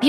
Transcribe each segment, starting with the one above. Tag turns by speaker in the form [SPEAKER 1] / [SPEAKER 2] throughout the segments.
[SPEAKER 1] 美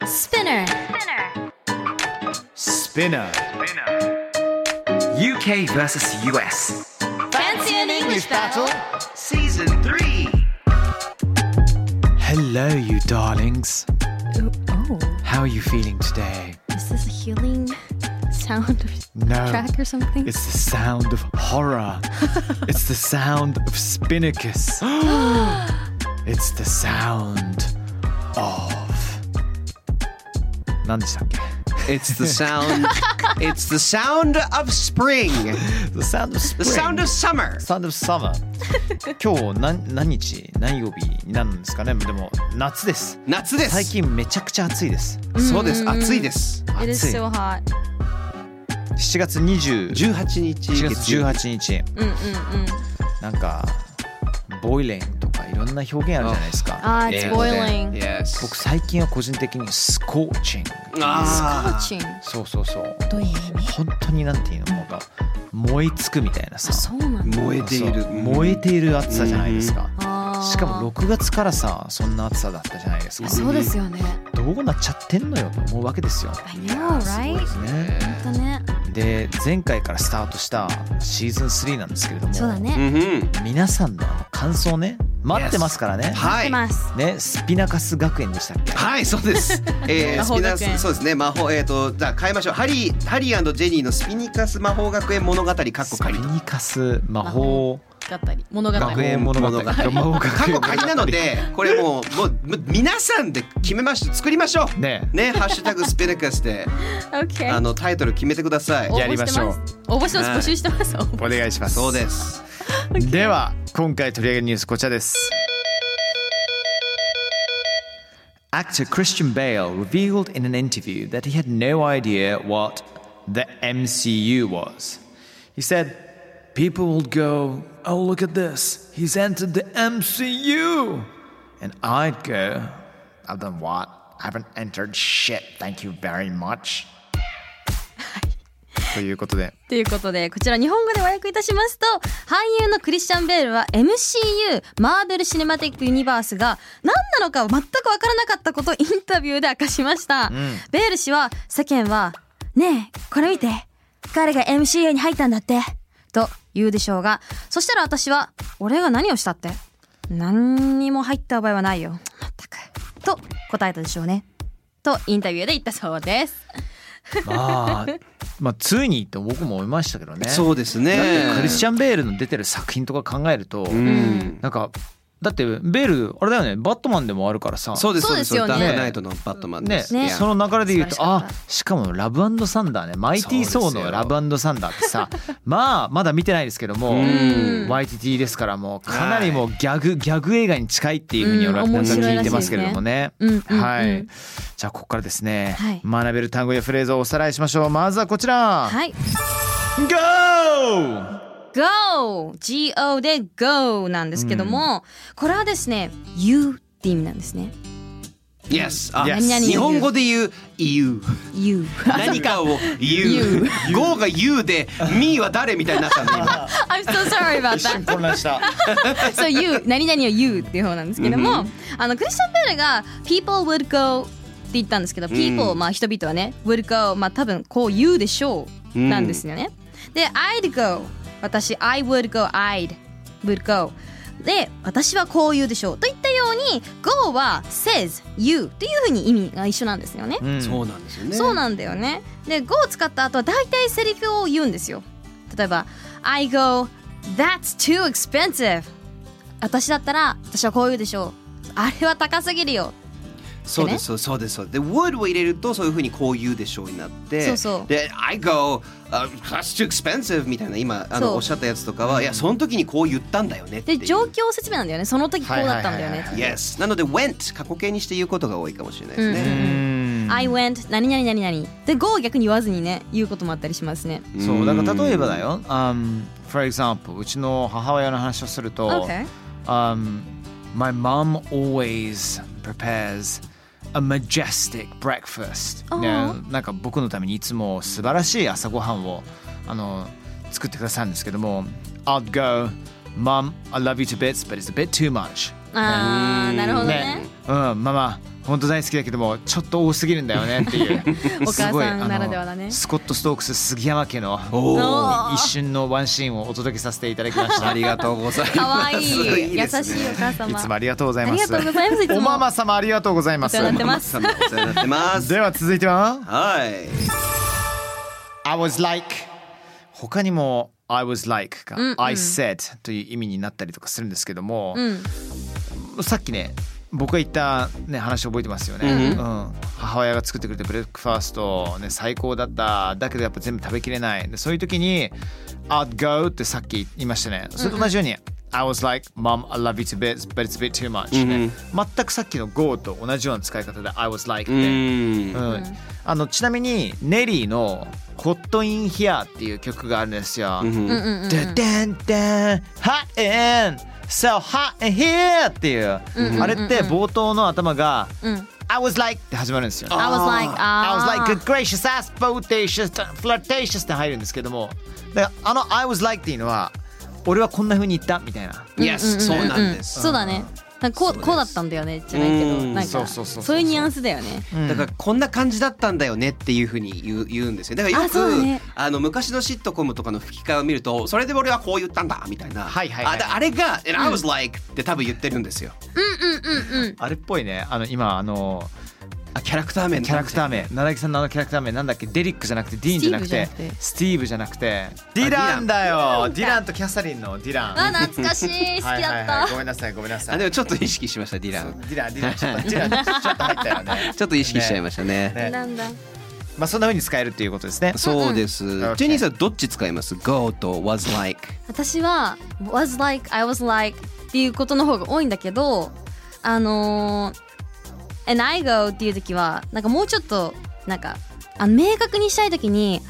[SPEAKER 2] ー
[SPEAKER 3] スピナー
[SPEAKER 4] Spinner.
[SPEAKER 5] UK versus US.
[SPEAKER 3] Fancy an English battle
[SPEAKER 5] Season 3.
[SPEAKER 4] Hello, you darlings. How are you feeling today?
[SPEAKER 3] Is this a healing sound or
[SPEAKER 4] No.
[SPEAKER 3] track or something?
[SPEAKER 4] It's the sound of horror. it's the sound of Spinnakus. it's the sound of. 何でしたっけ?
[SPEAKER 6] It's the sound. it's the sound of spring.
[SPEAKER 4] The sound of
[SPEAKER 6] The
[SPEAKER 4] spring.
[SPEAKER 6] sound of summer.
[SPEAKER 4] Sound of summer. 今日何何日何曜日になるんですかねでも夏です。
[SPEAKER 6] 夏です。
[SPEAKER 4] 最近めちゃくちゃ暑いです。
[SPEAKER 6] そうです。暑いです。
[SPEAKER 3] It is
[SPEAKER 4] 暑い
[SPEAKER 3] so hot.
[SPEAKER 4] 7月20
[SPEAKER 6] 18日
[SPEAKER 4] 7月18日
[SPEAKER 3] うんうんうん。
[SPEAKER 4] なんかボイレンとかいろんな表現あるじゃないですか。
[SPEAKER 3] Ah, it's
[SPEAKER 6] Yeah.
[SPEAKER 3] boiling.
[SPEAKER 6] Yes.
[SPEAKER 4] 僕最近は個人的にスコーチング。
[SPEAKER 6] あ
[SPEAKER 3] Scorching.
[SPEAKER 4] そうそうそう。
[SPEAKER 3] どういう意味
[SPEAKER 4] 本当になんていうのなんか燃え尽くみたいなさ。
[SPEAKER 3] あ、そうなんだ。
[SPEAKER 6] ー燃えている。
[SPEAKER 4] そう
[SPEAKER 6] うん
[SPEAKER 4] 燃えている暑さじゃないですか。
[SPEAKER 3] あー
[SPEAKER 4] しかも6月からさそんな暑さだったじゃないですか。
[SPEAKER 3] そうですよね。
[SPEAKER 4] どうなっちゃってんのよと思うわけですよ。
[SPEAKER 3] I know, right?
[SPEAKER 4] ね、
[SPEAKER 3] 本当ね。
[SPEAKER 4] で前回からスタートしたシーズン3なんですけれども
[SPEAKER 3] そうだ
[SPEAKER 6] う
[SPEAKER 3] ね。
[SPEAKER 6] ん。
[SPEAKER 4] 皆さんのあの感想ね待ってますからね。
[SPEAKER 3] 合っ
[SPEAKER 6] は
[SPEAKER 3] て
[SPEAKER 6] い。
[SPEAKER 3] ます。
[SPEAKER 4] ねスピナカス学園でしたっけ
[SPEAKER 6] はい、そうです。えー、
[SPEAKER 3] 魔
[SPEAKER 6] ス
[SPEAKER 3] 法
[SPEAKER 6] ピナ
[SPEAKER 3] 学園
[SPEAKER 6] ス、そうですね。魔法、えっ、と、じゃあ変えましょう。ハリー、ハリージェニーのスピニカス魔法学園物語、カッコ
[SPEAKER 4] ス
[SPEAKER 6] 仮
[SPEAKER 4] ピ
[SPEAKER 6] と。
[SPEAKER 4] ニカス魔法
[SPEAKER 3] だったり、物語。
[SPEAKER 4] 学園物語
[SPEAKER 6] 物語
[SPEAKER 4] 魔法学園
[SPEAKER 6] カッコ
[SPEAKER 4] 物語
[SPEAKER 6] 仮なので、これもう、もう、む皆さんで決めましょう。作りましょう。
[SPEAKER 4] ね
[SPEAKER 6] ね、ハッシュタグスピニカスで、あ
[SPEAKER 3] OK。
[SPEAKER 6] の、タイトル決めてください。
[SPEAKER 3] 応募
[SPEAKER 4] やりましょう
[SPEAKER 3] てす。応募してます。募集してます。応募
[SPEAKER 4] お願いします
[SPEAKER 6] そうです。
[SPEAKER 4] では今回取り上げるニュースこちらです。Actor Christian Bale revealed in an interview that he had no idea what the MCU was. He said, People will go, Oh, look at this. He's entered the MCU. And I'd go, I've done what? I haven't entered shit. Thank you very much. ということで、
[SPEAKER 3] ということでこちら日本語で和訳いたしますと俳優のクリスチャン・ベールは MCU マーベル・シネマティック・ユニバースが何なのか全く分からなかったことをインタビューで明かしました、ベール氏は世間は「ねえこれ見て彼が MCU に入ったんだって」と言うでしょうがそしたら私は「俺が何をしたって何にも入った覚えはないよ全く」と答えたでしょうねとインタビューで言ったそうです
[SPEAKER 4] まあ、まあ、ついにと僕も思いましたけどね。
[SPEAKER 6] そうです
[SPEAKER 4] だって
[SPEAKER 6] ね。
[SPEAKER 4] クリスチャン・ベールの出てる作品とか考えると、
[SPEAKER 6] うん。
[SPEAKER 4] なんかだってベールあれだよねバットマンでもあるからさ
[SPEAKER 6] そうです
[SPEAKER 3] そうですよね
[SPEAKER 6] ダークナイトのバットマンで
[SPEAKER 4] ね
[SPEAKER 6] す。いや
[SPEAKER 4] その流れで言うと
[SPEAKER 3] 素晴らし
[SPEAKER 4] あ
[SPEAKER 3] かった
[SPEAKER 4] しかも「ラブサンダーね」マイティー・ソー
[SPEAKER 6] そうです
[SPEAKER 4] の「
[SPEAKER 6] よ
[SPEAKER 4] ラブサンダー」ってさまあまだ見てないですけども。
[SPEAKER 6] うん
[SPEAKER 4] ワイティティですからもうかなりもうギャグギャグ映画に近いっていうふうに
[SPEAKER 3] うん
[SPEAKER 4] 俺はなんか
[SPEAKER 3] 面白い
[SPEAKER 4] 聞
[SPEAKER 3] らし
[SPEAKER 4] い
[SPEAKER 3] い
[SPEAKER 4] て
[SPEAKER 3] ですね
[SPEAKER 4] ますけれどもね。
[SPEAKER 3] うんうんうん
[SPEAKER 4] はい。じゃあここからですね
[SPEAKER 3] はい。
[SPEAKER 4] 学べる単語やフレーズをおさらいしましょう。まずはこちら。
[SPEAKER 3] はい
[SPEAKER 4] Go!
[SPEAKER 3] go go で go なんですけども、これはですね you って意味なんですね
[SPEAKER 6] Yes あ
[SPEAKER 4] Yes
[SPEAKER 3] 何々
[SPEAKER 6] 日本語で言う you
[SPEAKER 3] you
[SPEAKER 6] 何かを you go が you で me は誰みたいになったん で
[SPEAKER 3] I'm so sorry about
[SPEAKER 4] 一
[SPEAKER 3] that
[SPEAKER 4] 瞬混乱した。
[SPEAKER 3] そう you 何々を you っていう方なんですけども、あのクリスチャン・ベールが people would go って言ったんですけど、people まあ人々はね would go まあ多分こう言うでしょう
[SPEAKER 6] うん
[SPEAKER 3] なんですよね、で I'd go 私 I would go I'd would go で私はこう言うでしょうといったように go は says you というふうに意味が一緒なんですよね、
[SPEAKER 4] う
[SPEAKER 6] 今
[SPEAKER 4] ん
[SPEAKER 6] そうなんですよね
[SPEAKER 3] そうなんだよね。で、go を使った後は大体セリフを言うんですよ。例えば、I go, that's too expensive. 私だったら、私はこう言うでしょう。あれは高すぎるよ。
[SPEAKER 6] そうですそうですそうですそうですで would を入れるとそういうふうにこう言うでしょうになって
[SPEAKER 3] そうそう
[SPEAKER 6] で I go、uh, that's too expensive みたいな今
[SPEAKER 3] そ
[SPEAKER 6] あ
[SPEAKER 3] う
[SPEAKER 6] のおっしゃったやつとかはいやその時にこう言ったんだよねってい
[SPEAKER 3] で
[SPEAKER 6] う
[SPEAKER 3] 状況説明なんだよねその時こうだったんだよ
[SPEAKER 4] はいはいはい
[SPEAKER 3] ね
[SPEAKER 4] は
[SPEAKER 6] Yes なので went 過去形にして言うことが多いかもしれないで
[SPEAKER 3] う
[SPEAKER 6] す
[SPEAKER 3] んうん
[SPEAKER 6] ね、
[SPEAKER 3] I went 何々何々で go を逆に言わずにね言うこともあったりしますね
[SPEAKER 4] そうだから例えばだよ、um, For example うちの母親の話をすると、
[SPEAKER 3] Okay
[SPEAKER 4] um, My mom always prepares a majestic breakfast、
[SPEAKER 3] あ
[SPEAKER 4] ね、なんか僕のためにいつも素晴らしい朝ごはんをあの作ってくださるんですけども I'll go Mom I love you to bits but it's a bit too much
[SPEAKER 3] あーなるほどね
[SPEAKER 4] うん、ママ本当大好きだけどもちょっと多すぎるんだよねっていう
[SPEAKER 3] お母さん
[SPEAKER 4] すごいあの
[SPEAKER 3] ならではだね
[SPEAKER 4] スコット・ストークス杉山家の
[SPEAKER 6] おー
[SPEAKER 4] 一瞬のワンシーンをお届けさせていただきま した
[SPEAKER 6] ありがとうございます
[SPEAKER 3] かわいい
[SPEAKER 6] い
[SPEAKER 3] 優
[SPEAKER 6] いで
[SPEAKER 3] しい
[SPEAKER 6] すね
[SPEAKER 3] お母
[SPEAKER 4] い
[SPEAKER 3] 様
[SPEAKER 4] つもありがとうござい
[SPEAKER 3] あ
[SPEAKER 4] ま
[SPEAKER 3] りが
[SPEAKER 4] す
[SPEAKER 3] とうございますいつも
[SPEAKER 4] おママ様ありがとうございます
[SPEAKER 3] お世話になってます
[SPEAKER 6] さんもお世話になってます
[SPEAKER 4] では続いては
[SPEAKER 6] はい
[SPEAKER 4] I was like 他にも I was like が、
[SPEAKER 3] んうん
[SPEAKER 4] I said という意味になったりとかするんですけども、
[SPEAKER 3] うん
[SPEAKER 4] さっきね僕が言った、ね、話覚えてますよね、うん母親が作ってくれたブレックファースト、ね、最高だっただけどやっぱ全部食べきれないでそういう時に「I'd go」ってさっき言いましたねそれと同じように「I was like mom I love you to bits but it's a bit too much ね」全くさっきの「go」と同じような使い方で「I was like」
[SPEAKER 6] う
[SPEAKER 4] って。
[SPEAKER 6] ん
[SPEAKER 4] うんあのちなみにネリーの「ホットインヒアっていう曲があるんですよ。
[SPEAKER 3] うんうんうん
[SPEAKER 4] ででんでん Hot in So hot in here っていう、あれって冒頭の頭が、I was like って始まるんですよ。
[SPEAKER 3] I was like
[SPEAKER 4] I was
[SPEAKER 3] あ
[SPEAKER 4] like good gracious ass bodacious flirtatious って入るんですけどもであの I was like っていうのは俺はこんな風に言ったみたいな。
[SPEAKER 6] Yes そうなんです
[SPEAKER 3] そうだねなんかこうこうだったんだよねじゃないけど
[SPEAKER 6] うん
[SPEAKER 3] なん
[SPEAKER 4] そう
[SPEAKER 3] か
[SPEAKER 4] そうそうそう
[SPEAKER 3] そういうニュアンスだよね
[SPEAKER 6] だからこんな感じだったんだよねっていうふうに言う言うんですよだからよ
[SPEAKER 3] あそうだ
[SPEAKER 6] くあ、
[SPEAKER 3] ね
[SPEAKER 6] の昔のシットコムとかの吹き替えを見るとそれで俺はこう言ったんだみたいな、
[SPEAKER 4] はいはいは
[SPEAKER 6] あ
[SPEAKER 4] い
[SPEAKER 6] であれが「and I was like」って多分言ってるんですよ。
[SPEAKER 4] あれっぽいねあの今あの
[SPEAKER 6] あキャラクター名
[SPEAKER 4] キャラクター名、奈良木さんのあのキャラクター名なんだっけ、デリックじゃなくて、ディーンじゃなくて、スティーブじゃなくて、ディランだよ、ディランとキャサリンのディラン。
[SPEAKER 3] あ懐かしい好き
[SPEAKER 4] はいは
[SPEAKER 3] だ
[SPEAKER 4] い
[SPEAKER 3] っ
[SPEAKER 4] はいご
[SPEAKER 3] た
[SPEAKER 4] めんなさい、ごめんなさ
[SPEAKER 6] あ
[SPEAKER 4] い。
[SPEAKER 6] で
[SPEAKER 4] デ
[SPEAKER 6] もちょっと意識しましたディラン。
[SPEAKER 4] ィラン、ディラン、ちょっと、ディラン、ちょっと入ったよ ね。
[SPEAKER 6] ちょっと意識しちゃいましたね。
[SPEAKER 4] ね
[SPEAKER 3] なんだ
[SPEAKER 4] まあ、そんな風に使えるっていうことですね。
[SPEAKER 6] そうです。
[SPEAKER 4] ん
[SPEAKER 6] ジェニーさんどっち使います ?Go と was like。
[SPEAKER 3] 私は was like I was like っていうことの方が多いんだけどあのー and I go っていう時はなんかもうちょっとなんかあ明確にしたい時に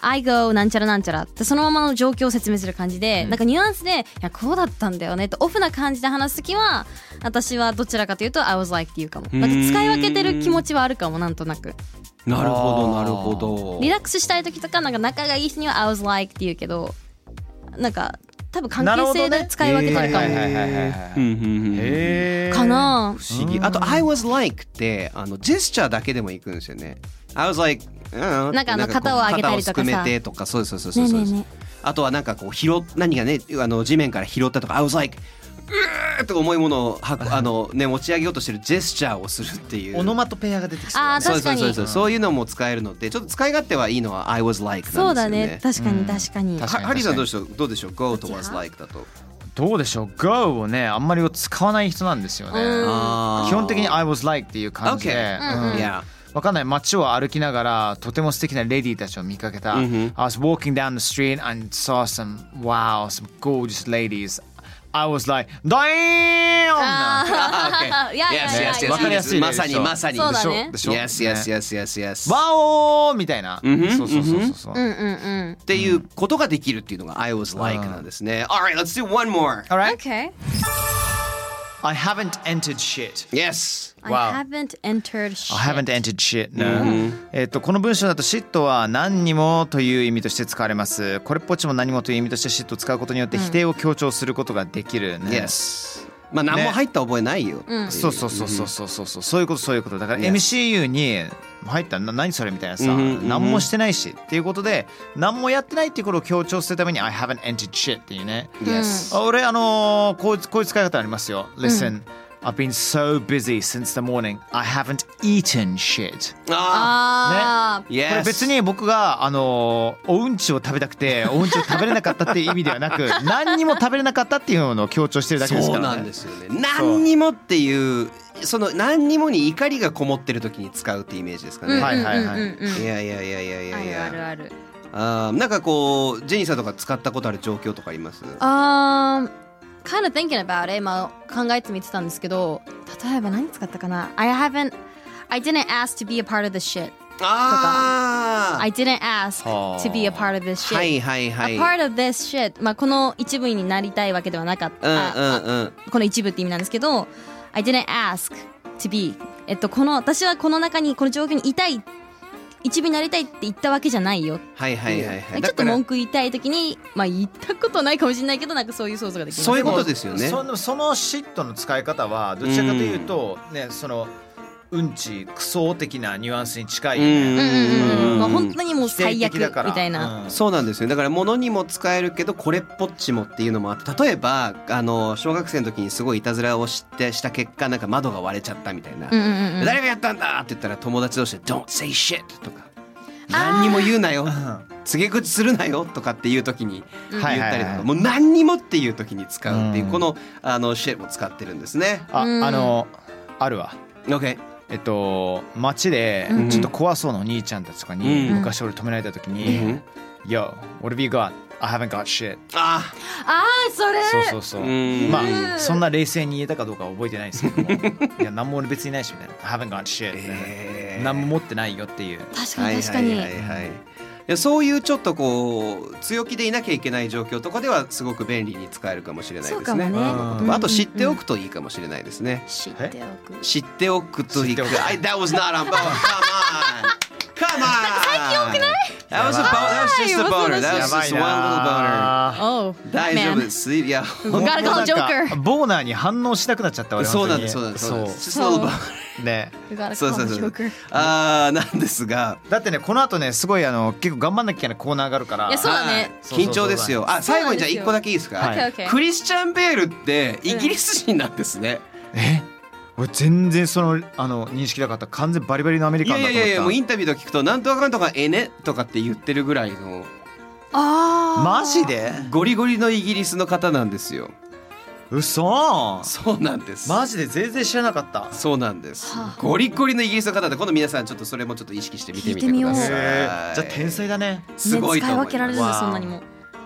[SPEAKER 3] I go なんちゃらなんちゃらってそのままの状況を説明する感じで、なんかニュアンスでいやこうだったんだよねってオフな感じで話す時は私はどちらかというと I was like っていうかもなんか使い分けてる気持ちはあるかもなんとなく
[SPEAKER 6] なるほど
[SPEAKER 4] あ
[SPEAKER 6] な
[SPEAKER 4] ー
[SPEAKER 6] るほど
[SPEAKER 3] リ。ラックスしたい時とかなんか仲がいい人には I was like って言うけどなんか多分関
[SPEAKER 4] なるほ
[SPEAKER 3] 係
[SPEAKER 4] ど
[SPEAKER 3] 性
[SPEAKER 4] ね
[SPEAKER 3] で使い分けてるかも、
[SPEAKER 4] はいはいはいはい
[SPEAKER 6] うん
[SPEAKER 4] は
[SPEAKER 6] うんう
[SPEAKER 4] い。
[SPEAKER 6] ん
[SPEAKER 4] へー
[SPEAKER 3] か。な
[SPEAKER 6] 不思議。あと I was like ってあのジェスチャーだけでもいくんですよね。I was like うん
[SPEAKER 3] なんかあの
[SPEAKER 6] こう
[SPEAKER 3] 肩を上げたりとかさ
[SPEAKER 6] 肩をすくめてとかそうそうそうそ
[SPEAKER 3] ね
[SPEAKER 6] う
[SPEAKER 3] え
[SPEAKER 6] そ
[SPEAKER 3] ね
[SPEAKER 6] う
[SPEAKER 3] え
[SPEAKER 6] です。
[SPEAKER 3] ね
[SPEAKER 6] あとはなんかこう拾っ何がねあの地面から拾ったとか I was like うーっと重いものをはこあのね持ち上げようとしてるジェスチャーをするっていう。
[SPEAKER 4] オノマトペアが出てきそうだ
[SPEAKER 3] あ
[SPEAKER 4] ね。
[SPEAKER 3] ー
[SPEAKER 6] そう
[SPEAKER 3] 確か
[SPEAKER 6] そう
[SPEAKER 3] に
[SPEAKER 6] そうそうそういうのも使えるのでちょっと使い勝手はいいのは I was like
[SPEAKER 3] そ
[SPEAKER 6] なん
[SPEAKER 3] う
[SPEAKER 6] ですよ
[SPEAKER 3] だ
[SPEAKER 6] ね
[SPEAKER 3] ね。確かに確かに、
[SPEAKER 4] 確
[SPEAKER 6] は
[SPEAKER 4] かに
[SPEAKER 6] ハリーさんどうでしょうどうでしょう Go to was like だと。
[SPEAKER 4] どうでしょう、go をね、あんまり使わない人なんですよ
[SPEAKER 3] うん
[SPEAKER 4] ね。
[SPEAKER 6] あー
[SPEAKER 4] 基本的に I was like っていう感じで。
[SPEAKER 6] Okay
[SPEAKER 4] うん
[SPEAKER 6] Yeah.
[SPEAKER 4] わかんない街を歩きながらとても素敵なレディーたちを見かけた。
[SPEAKER 6] Mhm.
[SPEAKER 4] I was walking down the street and saw some wow, some gorgeous ladies. I was like, damn!
[SPEAKER 6] あ
[SPEAKER 3] いやい
[SPEAKER 6] OK
[SPEAKER 3] や
[SPEAKER 6] Yes,
[SPEAKER 3] いや
[SPEAKER 6] yes, yes.
[SPEAKER 4] わかりやすい例
[SPEAKER 6] ま
[SPEAKER 4] でしょ
[SPEAKER 6] さにまさに。
[SPEAKER 3] そうだね
[SPEAKER 4] でしょ
[SPEAKER 6] Yes, yes,
[SPEAKER 4] ね
[SPEAKER 6] yes, yes, yes.
[SPEAKER 4] わおーみたいな。
[SPEAKER 6] Mhm,
[SPEAKER 4] そうそうそうそう。う
[SPEAKER 3] うんうんうん
[SPEAKER 6] っていうことができるっていうのが I was like なんですね。Alright, let's do one more.
[SPEAKER 4] Alright?
[SPEAKER 3] OK
[SPEAKER 4] I haven't entered shit.
[SPEAKER 6] Yes.
[SPEAKER 3] I haven't entered shit
[SPEAKER 4] I haven't entered shit. No. えっと、この文章だと shit は何にもという意味として使われます。これっぽっちも何もという意味として shit を使うことによって否定を強調することができるね。
[SPEAKER 6] Yes. まあ何も入った覚えないよ。
[SPEAKER 4] そうそうそうそうそうそうそうそういうことそういうことだから MCU に入ったな何それみたいなさ何もしてないしっていうことで何もやってないっていうことを強調するために I haven't entered shit っていうね
[SPEAKER 6] Yes.
[SPEAKER 4] あ俺あのーこうこういう使い方ありますよ Listen I've been so busy since the morning I haven't eaten shit
[SPEAKER 3] あ
[SPEAKER 6] あー Yes.
[SPEAKER 4] これ別に僕があのーおうんちを食べたくておうんちを食べれなかったっていう意味ではな く何にも食べれなかったっていうのを強調してるだけです
[SPEAKER 6] そ
[SPEAKER 4] か
[SPEAKER 6] うな
[SPEAKER 4] ら
[SPEAKER 6] んで
[SPEAKER 4] ね
[SPEAKER 6] すよね。何にもっていうその何にもに怒りがこもってる時に使うってイメージですか
[SPEAKER 3] うんうん
[SPEAKER 6] ね。
[SPEAKER 4] はいはいはい
[SPEAKER 3] うんうん
[SPEAKER 6] いやいやいやいやい
[SPEAKER 3] あ
[SPEAKER 6] やい
[SPEAKER 3] る
[SPEAKER 6] や。
[SPEAKER 3] あるある
[SPEAKER 6] あーなんかこうジェニーさんとか使ったことある状況とかあります？
[SPEAKER 3] あー kind of thinking about it 今考えてみてたんですけど例えば何使ったかな I haven't I didn't ask to be a part of this shit
[SPEAKER 6] あー
[SPEAKER 3] I didn't ask
[SPEAKER 4] はあ
[SPEAKER 3] to be a part of this shit、
[SPEAKER 6] はいはいはい
[SPEAKER 3] A。part of this shit まあこの一部になりたいわけではなかっ
[SPEAKER 6] うん
[SPEAKER 3] た、
[SPEAKER 6] うんうん。
[SPEAKER 3] この一部って意味なんですけど I didn't ask to be えっとこの私はこの中にこの状況にいたい一部になりたいって言ったわけじゃないよ
[SPEAKER 6] はいはいはいはい。
[SPEAKER 3] ちょっと文
[SPEAKER 6] 句。
[SPEAKER 3] 句言いたい時にまあ言ったことないかもしれないけどなんかそういう想像ができます
[SPEAKER 6] そういうことですよね。
[SPEAKER 4] そのその嫉妬の使い方はどちらかというと、ねそのうんちクソ的なニュアンスに近いよ
[SPEAKER 3] うん
[SPEAKER 4] ね。
[SPEAKER 3] うんうんうんもう
[SPEAKER 6] うん
[SPEAKER 3] 本当にもう最悪
[SPEAKER 4] 否定的
[SPEAKER 3] み
[SPEAKER 4] だから
[SPEAKER 3] たいな、
[SPEAKER 4] うん
[SPEAKER 6] そうなんですよだから物にも使えるけどこれっぽっちもっていうのもあって例えばあの小学生の時にすごいいたずらをしてした結果なんか窓が割れちゃったみたいな「
[SPEAKER 3] うんうんうん
[SPEAKER 6] 誰がやったんだ!」って言ったら友達同士で「Don't say shit」とか「
[SPEAKER 3] あー
[SPEAKER 6] 何にも言う なよ
[SPEAKER 4] ん」
[SPEAKER 6] 「告げ口するなよ」とかっていう時に言った
[SPEAKER 4] はい
[SPEAKER 6] りと
[SPEAKER 4] はいはい
[SPEAKER 6] かもう何にもっていう時に使うっていう
[SPEAKER 4] うん
[SPEAKER 6] このあの shit も使ってるんですね。
[SPEAKER 4] あ
[SPEAKER 3] うん
[SPEAKER 4] あのあるわ
[SPEAKER 6] OK
[SPEAKER 4] えっと街で
[SPEAKER 3] うん
[SPEAKER 4] ちょっと怖そうなお兄ちゃんたちとかに、
[SPEAKER 6] うん
[SPEAKER 4] 昔俺止められた時
[SPEAKER 6] う
[SPEAKER 4] に
[SPEAKER 6] ん
[SPEAKER 4] 「Yo what have you got? I haven't got shit
[SPEAKER 6] あ」
[SPEAKER 3] ああそれ
[SPEAKER 4] そうそうそう
[SPEAKER 6] うん
[SPEAKER 4] まあそんな冷静に言えたかどうかは覚えてないですけ どもいや何も俺別にないしみたいな「I haven't got shit」みたいな
[SPEAKER 6] えー
[SPEAKER 4] 何も持ってないよっていう
[SPEAKER 3] 確かに確かに、
[SPEAKER 6] はいはいはいはいいやそういうちょっとこう強気でいなきゃいけない状況とかではすごく便利に使えるかもしれない
[SPEAKER 3] そう
[SPEAKER 6] で
[SPEAKER 3] か
[SPEAKER 6] す
[SPEAKER 3] も
[SPEAKER 6] ね。
[SPEAKER 3] ね、
[SPEAKER 4] うん
[SPEAKER 6] あと知っておくといいかもしれないですね。
[SPEAKER 3] 知っておく
[SPEAKER 6] 知っておくといいか。
[SPEAKER 4] 知っておく
[SPEAKER 6] I- That was not a bomb. Come on. Come on. 最近多くない？That was just a boner. That was
[SPEAKER 4] やば
[SPEAKER 6] just
[SPEAKER 4] い
[SPEAKER 6] one little boner.
[SPEAKER 4] なあ
[SPEAKER 3] Oh
[SPEAKER 6] 大丈夫
[SPEAKER 3] man
[SPEAKER 6] です。いや。
[SPEAKER 3] We gotta call
[SPEAKER 4] なん
[SPEAKER 3] Joker
[SPEAKER 4] かボーナーに反応したくなっちゃった俺
[SPEAKER 6] そう
[SPEAKER 4] 本当
[SPEAKER 6] なん
[SPEAKER 4] に
[SPEAKER 6] ですそうなんですそうなんです。Just a
[SPEAKER 3] そう
[SPEAKER 6] little boner
[SPEAKER 4] ね
[SPEAKER 3] We gotta
[SPEAKER 6] そうそ
[SPEAKER 3] call
[SPEAKER 6] うそう
[SPEAKER 3] Joker
[SPEAKER 6] あーなんですが
[SPEAKER 4] だってねこの後ねすごいあの結構頑張んなきゃいけないコーナーがあるから
[SPEAKER 3] いやそうだね
[SPEAKER 4] そうそうそう
[SPEAKER 6] 緊張ですよ。あ
[SPEAKER 3] そう
[SPEAKER 6] 最
[SPEAKER 3] な
[SPEAKER 6] 後
[SPEAKER 3] ん
[SPEAKER 6] に
[SPEAKER 3] です
[SPEAKER 6] じ
[SPEAKER 3] よ
[SPEAKER 6] ゃあ一個だけいいですか。
[SPEAKER 4] はい
[SPEAKER 3] OK OK
[SPEAKER 6] クリスチャン・ベールってイギリス人なんですね。
[SPEAKER 4] え俺全然そのあの認識なかった完全バリバリのアメリ
[SPEAKER 6] い
[SPEAKER 4] カ
[SPEAKER 6] や
[SPEAKER 4] ン
[SPEAKER 6] い
[SPEAKER 4] だ
[SPEAKER 6] や
[SPEAKER 4] と
[SPEAKER 6] いやい
[SPEAKER 4] 思った
[SPEAKER 6] やもうインタビューの聞くと「なんとかかんとかえね」とかって言ってるぐらいの
[SPEAKER 3] ああ
[SPEAKER 4] マジで
[SPEAKER 6] ゴリゴリのイギリスの方なんですよ。
[SPEAKER 4] 嘘
[SPEAKER 6] そうなんです。
[SPEAKER 4] マジで全然知らなかった
[SPEAKER 6] そうなんです
[SPEAKER 3] はあ。
[SPEAKER 6] ゴリゴリのイギリスの方で今度皆さんちょっとそれもちょっと意識して見てみて
[SPEAKER 3] 聞いてみ
[SPEAKER 6] く
[SPEAKER 3] よう
[SPEAKER 6] だ
[SPEAKER 4] へ
[SPEAKER 6] さい。
[SPEAKER 4] えじゃあ天才だね
[SPEAKER 6] すごいと
[SPEAKER 3] 使い
[SPEAKER 6] 思
[SPEAKER 3] 分
[SPEAKER 6] い
[SPEAKER 3] けら
[SPEAKER 6] ま
[SPEAKER 3] れ
[SPEAKER 6] す
[SPEAKER 3] る。
[SPEAKER 4] わ
[SPEAKER 3] の
[SPEAKER 4] あ
[SPEAKER 3] そんなにも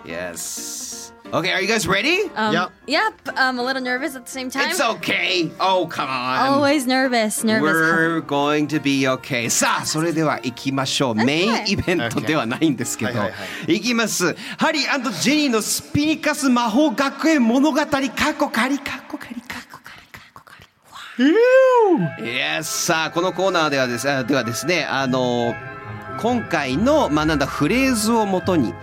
[SPEAKER 6] Yes. Okay, are you guys ready?
[SPEAKER 3] Um,
[SPEAKER 4] Yep.
[SPEAKER 3] Yep. I'm a little nervous at the same time.
[SPEAKER 6] It's okay. Oh, come on.
[SPEAKER 3] Always nervous. Nervous.
[SPEAKER 6] We're going to be okay. さあ、それでは行きましょう。メインイベントではないんですけど
[SPEAKER 4] はいはいは、
[SPEAKER 6] 行きます。ハリージェニーのスピリカス魔法学園物語、カッコカリ、カッコカリ、カッコカリ、カッコカリ。Yes さあ、このコーナーではですあではですね、あの今回の学んだフレーズをもとに、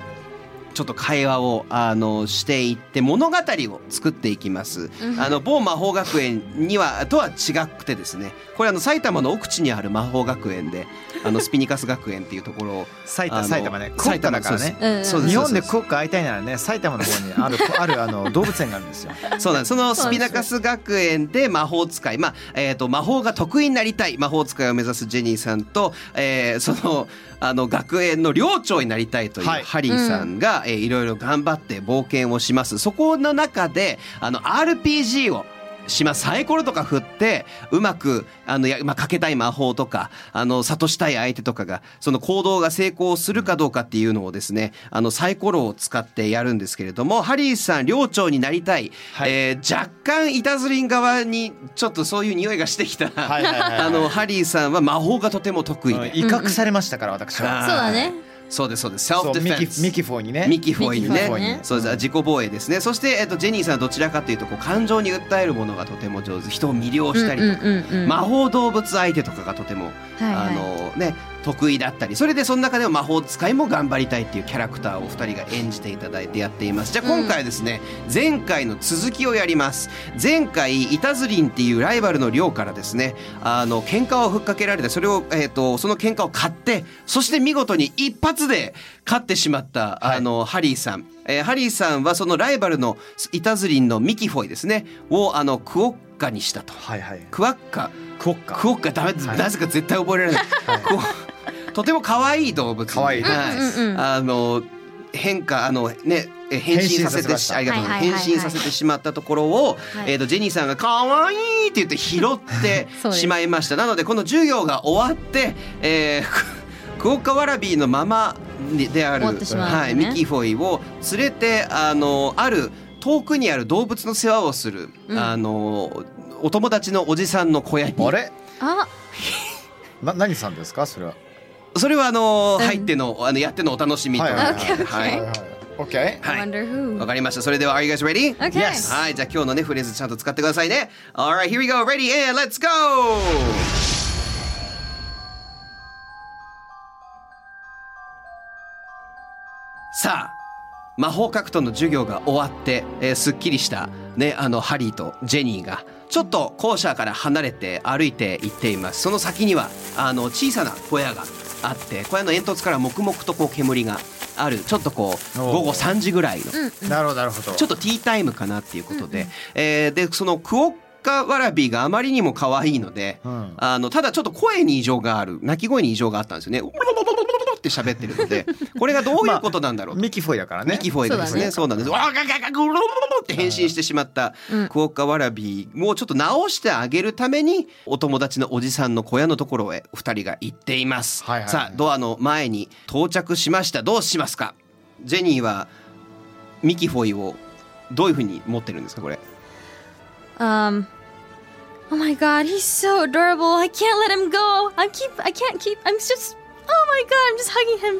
[SPEAKER 6] ちょっと会話をあのしていって物語を作っていきます。あの某魔法学園にはとは違くてですね、これあの埼玉の奥地にある魔法学園で、あのスピニカス学園っていうところを
[SPEAKER 4] 埼玉
[SPEAKER 6] あの
[SPEAKER 4] 埼玉ね
[SPEAKER 6] 埼玉
[SPEAKER 4] 国家だからね
[SPEAKER 6] そうですそうす
[SPEAKER 4] 日本
[SPEAKER 6] そう
[SPEAKER 4] で
[SPEAKER 6] す
[SPEAKER 4] 国家会いたいならね埼玉の方にあるあるあの動物園があるんですよ
[SPEAKER 6] そうなんです。そのスピナカス学園で魔法使い、まあ、えっ、と、魔法が得意になりたい、魔法使いを目指すジェニーさんと、えーその、あの、学園の寮長になりたいという
[SPEAKER 4] はい
[SPEAKER 6] ハリーさんが、えーいろいろ頑張って冒険をします。そこの中で、あの、RPG を、しますサイコロとか振ってうまくあのや、まあ、かけたい魔法とかあの諭したい相手とかがその行動が成功するかどうかっていうのをですねあのサイコロを使ってやるんですけれどもハリーさん寮長になりたい、
[SPEAKER 4] はい
[SPEAKER 6] えー若干イタズリン側にちょっとそういう匂いがしてきた、
[SPEAKER 4] はいはいはいはい
[SPEAKER 6] あのハリーさんは魔法がとても得意で、
[SPEAKER 4] 威嚇されましたから私は
[SPEAKER 3] そうだね。
[SPEAKER 6] そうですそうですセルフ
[SPEAKER 4] そう
[SPEAKER 6] ディ
[SPEAKER 4] ミ
[SPEAKER 6] フェン
[SPEAKER 4] キ
[SPEAKER 6] ス
[SPEAKER 4] ミキフォーにね
[SPEAKER 6] ミキフォイ
[SPEAKER 3] ミキ
[SPEAKER 6] ね
[SPEAKER 3] フォイね
[SPEAKER 6] そうです自己防衛ですねそして、えっと、ジェニーさんはどちらかというとこう感情に訴えるものがとても上手人を魅了
[SPEAKER 3] Mm,
[SPEAKER 6] したりとか、
[SPEAKER 3] うんうんうんうん
[SPEAKER 6] 魔法動物相手とかがとても、
[SPEAKER 3] はいはい
[SPEAKER 6] あのね得意だったりそれでその中でも魔法使いも頑張りたいっていうキャラクターをお二人が演じていただいてやっていますじゃあ今回はですね、前回の続きをやります前回イタズリンっていうライバルの寮からですねあの喧嘩をふっかけられてそれを、えっとその喧嘩を買ってそして見事に一発で勝ってしまった、あのハリーさん、えーハリーさんはそのライバルのイタズリンのミキフォイですねをあのクオッカにしたと。
[SPEAKER 4] はいはい
[SPEAKER 6] クワッカ
[SPEAKER 4] クオッカ
[SPEAKER 6] クオッカダメです
[SPEAKER 4] はい
[SPEAKER 6] なぜか絶対覚えられない、こうとても可愛い動物
[SPEAKER 4] 可愛い動物
[SPEAKER 6] はい
[SPEAKER 3] うんうんうん
[SPEAKER 6] あの変化あのねえ変身させてしありがとうござ
[SPEAKER 1] はいはいはい
[SPEAKER 6] います
[SPEAKER 1] はい
[SPEAKER 6] 変身させてしまったところを、
[SPEAKER 1] はい
[SPEAKER 6] えー、とジェニーさんが「かわいい!」って言って拾って
[SPEAKER 3] そうです
[SPEAKER 6] しまいましたなのでこの授業が終わって、えー、クオカワラビーのままにである、
[SPEAKER 3] 終わってしまうんですね
[SPEAKER 6] はい、ミキフォイを連れてあのある遠くにある動物の世話をする、
[SPEAKER 3] うん
[SPEAKER 6] あのお友達のおじさんの小屋に
[SPEAKER 2] あれ
[SPEAKER 3] あ
[SPEAKER 2] な何さんですかそれは
[SPEAKER 6] それはあの
[SPEAKER 3] うん
[SPEAKER 6] 入ってのあのやってのお楽しみと
[SPEAKER 2] はいはいはい
[SPEAKER 6] はい
[SPEAKER 2] はいオッケ
[SPEAKER 6] はい
[SPEAKER 3] wonder
[SPEAKER 6] わ
[SPEAKER 3] who
[SPEAKER 6] かりました。それでは、Are you guys ready?
[SPEAKER 3] Okay. Yes.
[SPEAKER 6] はい、じゃあ今日のね、フレーズちゃんと使ってくださいね。Alright, here we go. Ready and let's go! さあ、魔法格闘の授業が終わって、えーすっきりした、ね、あの、ハリーとジェニーが、ちょっと校舎から離れて歩いて行っています。その先には、あの、小さな小屋があって、小屋の煙突から黙々とこう煙がある、ちょっとこう、
[SPEAKER 2] おー
[SPEAKER 6] 午後3時ぐらいの、
[SPEAKER 3] Mm,
[SPEAKER 2] ーなるほどなるほど
[SPEAKER 6] ちょっとティータイムかなっていうことで、えーでそのクオッカワラビがあまりにも可愛いので、
[SPEAKER 2] うん
[SPEAKER 6] あのただちょっと声に異常がある鳴き声に異常があったんですよね。 って喋ってるのでこれがどういうことなんだろうと。
[SPEAKER 2] ミキフォイだからね
[SPEAKER 6] ミキフォイがですね、そうなんです。わーガガガグロロロロって変身してしまった
[SPEAKER 3] うん
[SPEAKER 6] クオッカワラビーをちょっと直してあげるために、お友達のおじさんの小屋のところへ二人が行っています。
[SPEAKER 2] はいはい
[SPEAKER 6] さあ、ドアの前に到着しました。どうしますかジェニーはミキフォイをどういうふうに持ってるんですかこれ。
[SPEAKER 3] um oh my god he's so adorable I can't let him go I keep I can't keep I'm just oh my god I'm just hugging him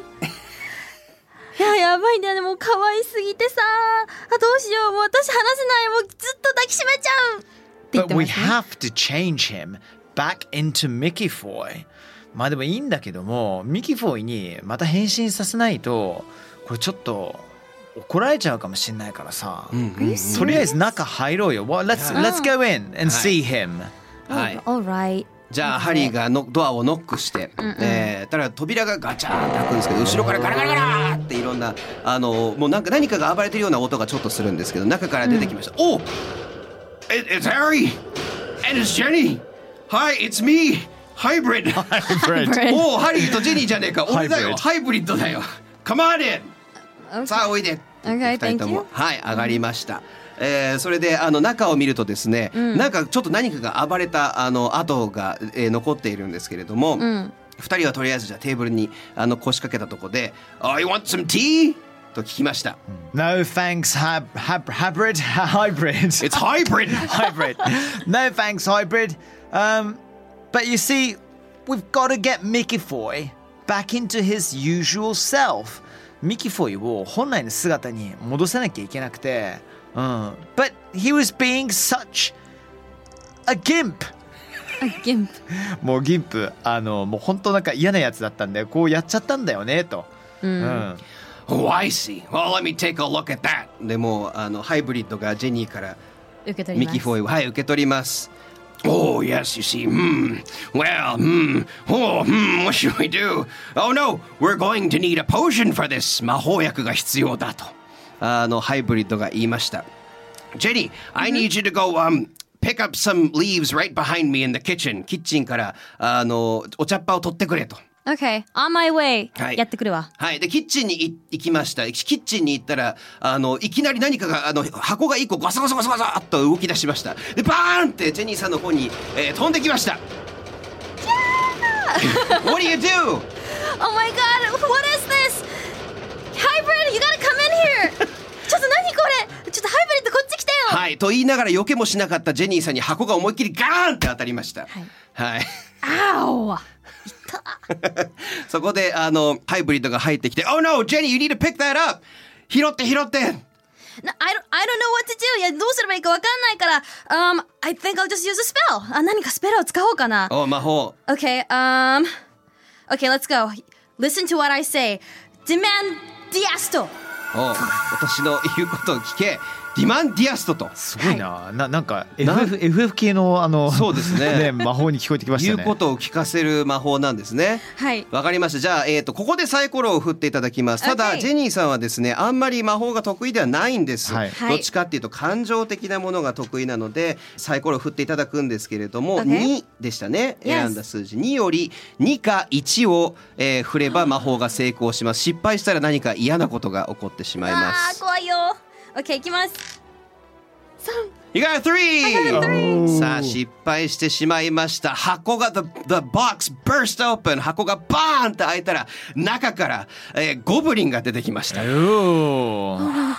[SPEAKER 3] い ややばいねでも可愛すぎてさあどうしようもう私話せないもうずっと抱きしめちゃうって言っ
[SPEAKER 4] But
[SPEAKER 3] てま
[SPEAKER 4] we
[SPEAKER 3] すね
[SPEAKER 4] have to change him back into Mickey Foy. まあでもいいんだけども、ミキフォイにまた変身させないと、これちょっと怒られちゃうかもしれないからさ。とりあえず中入ろうよ。Well, let's,
[SPEAKER 3] はい
[SPEAKER 4] let's go in and see him.
[SPEAKER 6] はい。
[SPEAKER 3] Oh, All right
[SPEAKER 6] じゃあハリーがのドアをノックして、えーただ扉がガチャーンって開くんですけど後ろからガラガラガラーっていろんなあのもうなんか何かが暴れてるような音がちょっとするんですけど中から出てきました。お It, it's Harry and it's Jenny. Hi, it's me. Hybrid. おおハリーとジェニーじゃねえか。俺だよ。
[SPEAKER 4] Hybrid
[SPEAKER 6] ハイブリッドだよ。Come on in. さあおいで。
[SPEAKER 3] Okay,
[SPEAKER 6] 二人と
[SPEAKER 3] thank you.
[SPEAKER 6] もはい上がりました。えーそれであの中を見るとですね、なんかちょっと何かが暴れたあの跡が、えー残っているんですけれども、二、
[SPEAKER 3] ん
[SPEAKER 6] 人はとりあえずじゃあテーブルにあの腰掛けたとこで「Oh, you want some tea?」と聞きました。
[SPEAKER 4] No thanks, hab, hab, hybrid. Hybrid.
[SPEAKER 6] It's hybrid.
[SPEAKER 4] hybrid. No thanks, hybrid. Um, but you see, we've got to get Mickey Foy back into his usual self. ミキフォイを本来の姿に戻さなきゃいけなくて、うん。But Uh, he was being such a gimp.
[SPEAKER 3] ギンプ
[SPEAKER 4] もうギンプ、あの、もう本当なんか嫌なやつだったんだよ。こうやっちゃったんだよね、と。うん。
[SPEAKER 6] oh, I see. Well, let me take a look at that. でもうあのハイブリッドがジェニーから
[SPEAKER 3] 受け取り
[SPEAKER 6] ミ
[SPEAKER 3] ます
[SPEAKER 6] キフォイをはい受け取ります。Oh, yes, you see. Hmm. Well, hmm. Oh, hmm. What should we do? Oh, no. We're going to need a potion for this. 魔法薬が必要だと。あの、ハイブリッドが言いました。Jenny, I need you to go, um, pick up some leaves right behind me in the kitchen. キッチンから、あの、お茶っ葉を取ってくれと。
[SPEAKER 3] Okay on my way、
[SPEAKER 6] はい
[SPEAKER 3] やってくるわ
[SPEAKER 6] はい。で、キッチンにい行きました。キッチンに行ったら、あの、いきなり何かが、あの、箱が一個ガサガサガサガサっと動き出しました。で、バーンってジェニーさんの方に、えー飛んできました。What do you do?
[SPEAKER 3] Oh my god, what is this? Hybrid, you gotta come in here! ちょっと何これちょっとハイブリッドこっち来てよ、
[SPEAKER 6] はい。と言いながら避けもしなかったジェニーさんに箱が思いっきりガーンって当たりました。はい。
[SPEAKER 3] あお
[SPEAKER 6] そこで、あの、ハイブリッドが入ってきて、Oh no, Jenny, you need to pick that up! 拾って拾って
[SPEAKER 3] な I, don't, I don't know what to do! いや、どうすればいいかわかんないから、um, I think I'll just use a spell! あ、何かスペルを使おうかな
[SPEAKER 6] お魔法。
[SPEAKER 3] Okay, um... Okay, let's go. Listen to what I say. Demand the Asto!
[SPEAKER 6] お私の言うことを聞けディマンディアストと
[SPEAKER 2] すごいな、ななんか
[SPEAKER 6] な
[SPEAKER 2] FF, FF 系のあの
[SPEAKER 6] そうですね
[SPEAKER 2] 魔法に聞こえてきまし
[SPEAKER 6] い
[SPEAKER 2] た
[SPEAKER 6] う
[SPEAKER 2] ね
[SPEAKER 6] ことを聞かせる魔法なんですね。
[SPEAKER 3] はい
[SPEAKER 6] わかりました。じゃあ、えっ、と、ここでサイコロを振っていただきます。ただ、
[SPEAKER 3] Okay
[SPEAKER 6] ジェニーさんはですね、あんまり魔法が得意ではないんです。
[SPEAKER 2] はい
[SPEAKER 3] はい
[SPEAKER 6] どっちかっていうと、感情的なものが得意なので、サイコロを振っていただくんですけれども、
[SPEAKER 3] Okay
[SPEAKER 6] 2でしたね。
[SPEAKER 3] Yes
[SPEAKER 6] 選んだ数字。2より2か1を、えー振れば魔法が成功します。失敗したら何か嫌なことが起こってしまいま
[SPEAKER 3] あー
[SPEAKER 6] す。
[SPEAKER 3] 怖いよ OK いきます
[SPEAKER 6] You got a three!
[SPEAKER 2] ー
[SPEAKER 6] さあ失敗してしまいました。箱が the, the box burst open 箱がバーンって開いたら中から、えーゴブリンが出てきました。
[SPEAKER 4] Ooh.
[SPEAKER 3] Oh no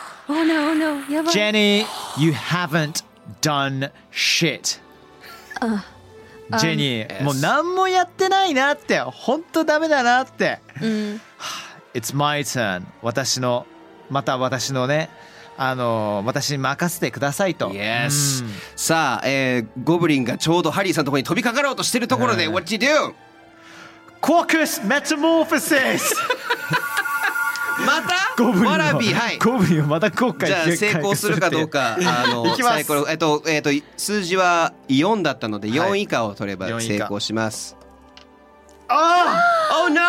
[SPEAKER 3] oh no やばい
[SPEAKER 4] Jenny, you haven't done shit. Jenny, もう何もやってないなって、本当ダメだなって。
[SPEAKER 3] うん、
[SPEAKER 4] It's my turn. 私の、また私のね、あの、私に任せてくださいと。
[SPEAKER 6] Yes、さあ、えーゴブリンがちょうどハリーさんのところに飛びかかろうとしてるところで、What you do?
[SPEAKER 4] コークスメタモーフォシス
[SPEAKER 6] また
[SPEAKER 4] ゴブリンを
[SPEAKER 6] わらびはい。
[SPEAKER 4] ゴブリンをまた後悔
[SPEAKER 6] じゃあ成功するかどうか、あ の、
[SPEAKER 4] いきます
[SPEAKER 6] サイコロ、えっと、えっと、数字は4だったので、4以下を取れば
[SPEAKER 4] 4以
[SPEAKER 6] 成
[SPEAKER 4] 下
[SPEAKER 6] 功します。
[SPEAKER 4] あ
[SPEAKER 6] Oh no!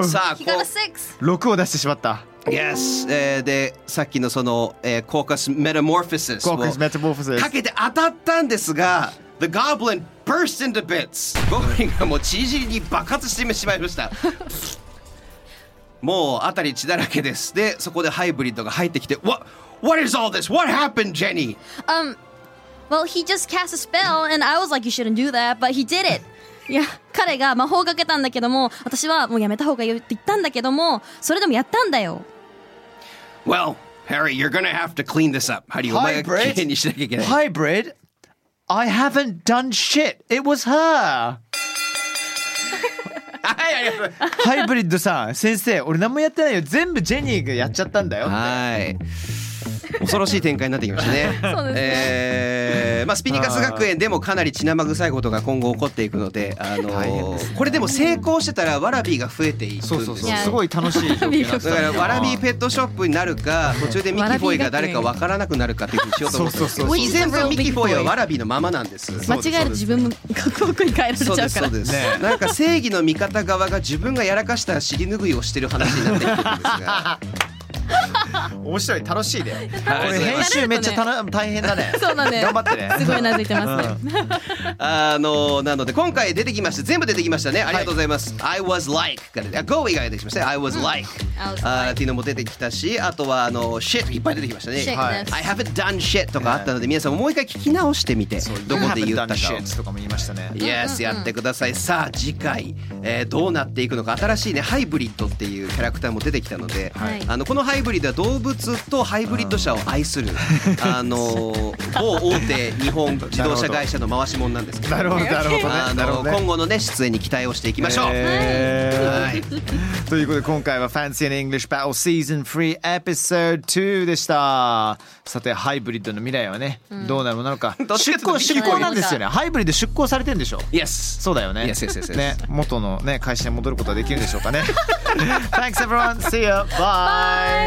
[SPEAKER 4] あ
[SPEAKER 6] さあ、
[SPEAKER 3] he
[SPEAKER 6] こ
[SPEAKER 3] got a
[SPEAKER 6] う
[SPEAKER 3] six
[SPEAKER 4] 6を出してしまった
[SPEAKER 6] Yes、えー eh, でさっきのその、えー、コーカスメタモーフィシス
[SPEAKER 4] コ
[SPEAKER 6] を
[SPEAKER 4] ークスメタモーフォシ
[SPEAKER 6] か
[SPEAKER 4] ス
[SPEAKER 6] けて当たったんですが The Goblin burst into bits ゴブリンがもうちりじりに爆発してしまいましたもう辺り血だらけですでそこでハイブリッドが入ってきて What, what is all this? What happened, Jenny?
[SPEAKER 3] um well he just cast a spell and I was like you shouldn't do that but he did it いや彼が魔法をかけたんだけども私はもうやめた方がいいよって言ったんだけどもそれでもやったんだよ
[SPEAKER 6] Well, Harry, you're gonna have to clean this up ハリーお前が
[SPEAKER 4] Hybrid？
[SPEAKER 6] 危険にしなきゃいけない
[SPEAKER 4] Hybrid I haven't done shit It was her
[SPEAKER 6] はいありがとうございます
[SPEAKER 4] ハイブリッドさん先生俺何もやってないよ全部ジェニーがやっちゃったんだよ
[SPEAKER 6] はい。恐ろしい展開になってき ましたね。えーまあスピニカス学園でもかなり血生臭いことが今後起こっていくので、あのこれでも成功してたらワラビーが増えていくんです
[SPEAKER 2] そうそうそう
[SPEAKER 3] いや
[SPEAKER 2] すごい楽しい状況になって
[SPEAKER 6] だ
[SPEAKER 2] た
[SPEAKER 6] からワラビーペットショップになるか途中でミキフォイが誰かわからなくなるかっていうふうにしようと思ってますけど
[SPEAKER 2] そうそうそう
[SPEAKER 6] 依然とミキフォイはワラビーのままなんです。
[SPEAKER 3] 間違えると自分もかっこよくに変えられちゃ
[SPEAKER 6] そうう
[SPEAKER 3] か
[SPEAKER 6] で
[SPEAKER 3] ら
[SPEAKER 6] すそうです、なんか正義の味方側が自分がやらかした尻拭いをしてる話になってくるんですが
[SPEAKER 2] 面白い楽しいね
[SPEAKER 6] はい
[SPEAKER 4] これ編集めっちゃたな大変だね
[SPEAKER 3] そうだね
[SPEAKER 4] 頑張ってね
[SPEAKER 3] すごいなずいてますね
[SPEAKER 6] あのなので今回出てきました全部出てきましたねありがとうございます、I was like からねあ Go 以外が出てきましたね I was like、
[SPEAKER 3] I was
[SPEAKER 6] あーっていうのも出てきたしあとはあの shit いっぱい出てきましたね
[SPEAKER 3] Shit
[SPEAKER 6] はい
[SPEAKER 3] です
[SPEAKER 6] I haven't done shit とかあったので皆さんもう一回聞き直してみてどこで言っ たかを
[SPEAKER 2] You haven't done shit とかも言いましたね
[SPEAKER 6] Yes やってくださいさあ次回、えーどうなっていくのか新しいねハイブリッドっていうキャラクターも出てきたので、
[SPEAKER 3] はい
[SPEAKER 6] あのこのハイブリッドは動物とハイブリッド車を愛する、あの某大手日本自動車会社の回し者なんですけど
[SPEAKER 2] なるほどなるほど
[SPEAKER 6] あ
[SPEAKER 2] ねなる
[SPEAKER 6] の
[SPEAKER 2] ほどね
[SPEAKER 6] 今後のね出演に期待をしていきましょう。
[SPEAKER 4] え
[SPEAKER 6] は
[SPEAKER 4] ー
[SPEAKER 6] い。
[SPEAKER 4] ということで今回は Fancy and English Battle Season 3 Episode 2でしたさてハイブリッドの未来はね、どうなるのなのか
[SPEAKER 6] どっち
[SPEAKER 4] 出
[SPEAKER 6] かと
[SPEAKER 4] 向
[SPEAKER 6] いうと
[SPEAKER 4] 出向なんですよねハイブリッド出向されてるんでしょ
[SPEAKER 6] Yes.
[SPEAKER 4] そうだよね
[SPEAKER 6] Yes, yes, yes, yes.
[SPEAKER 4] ね元のね会社に戻ることはできるんでしょうかね Thanks everyone see you bye.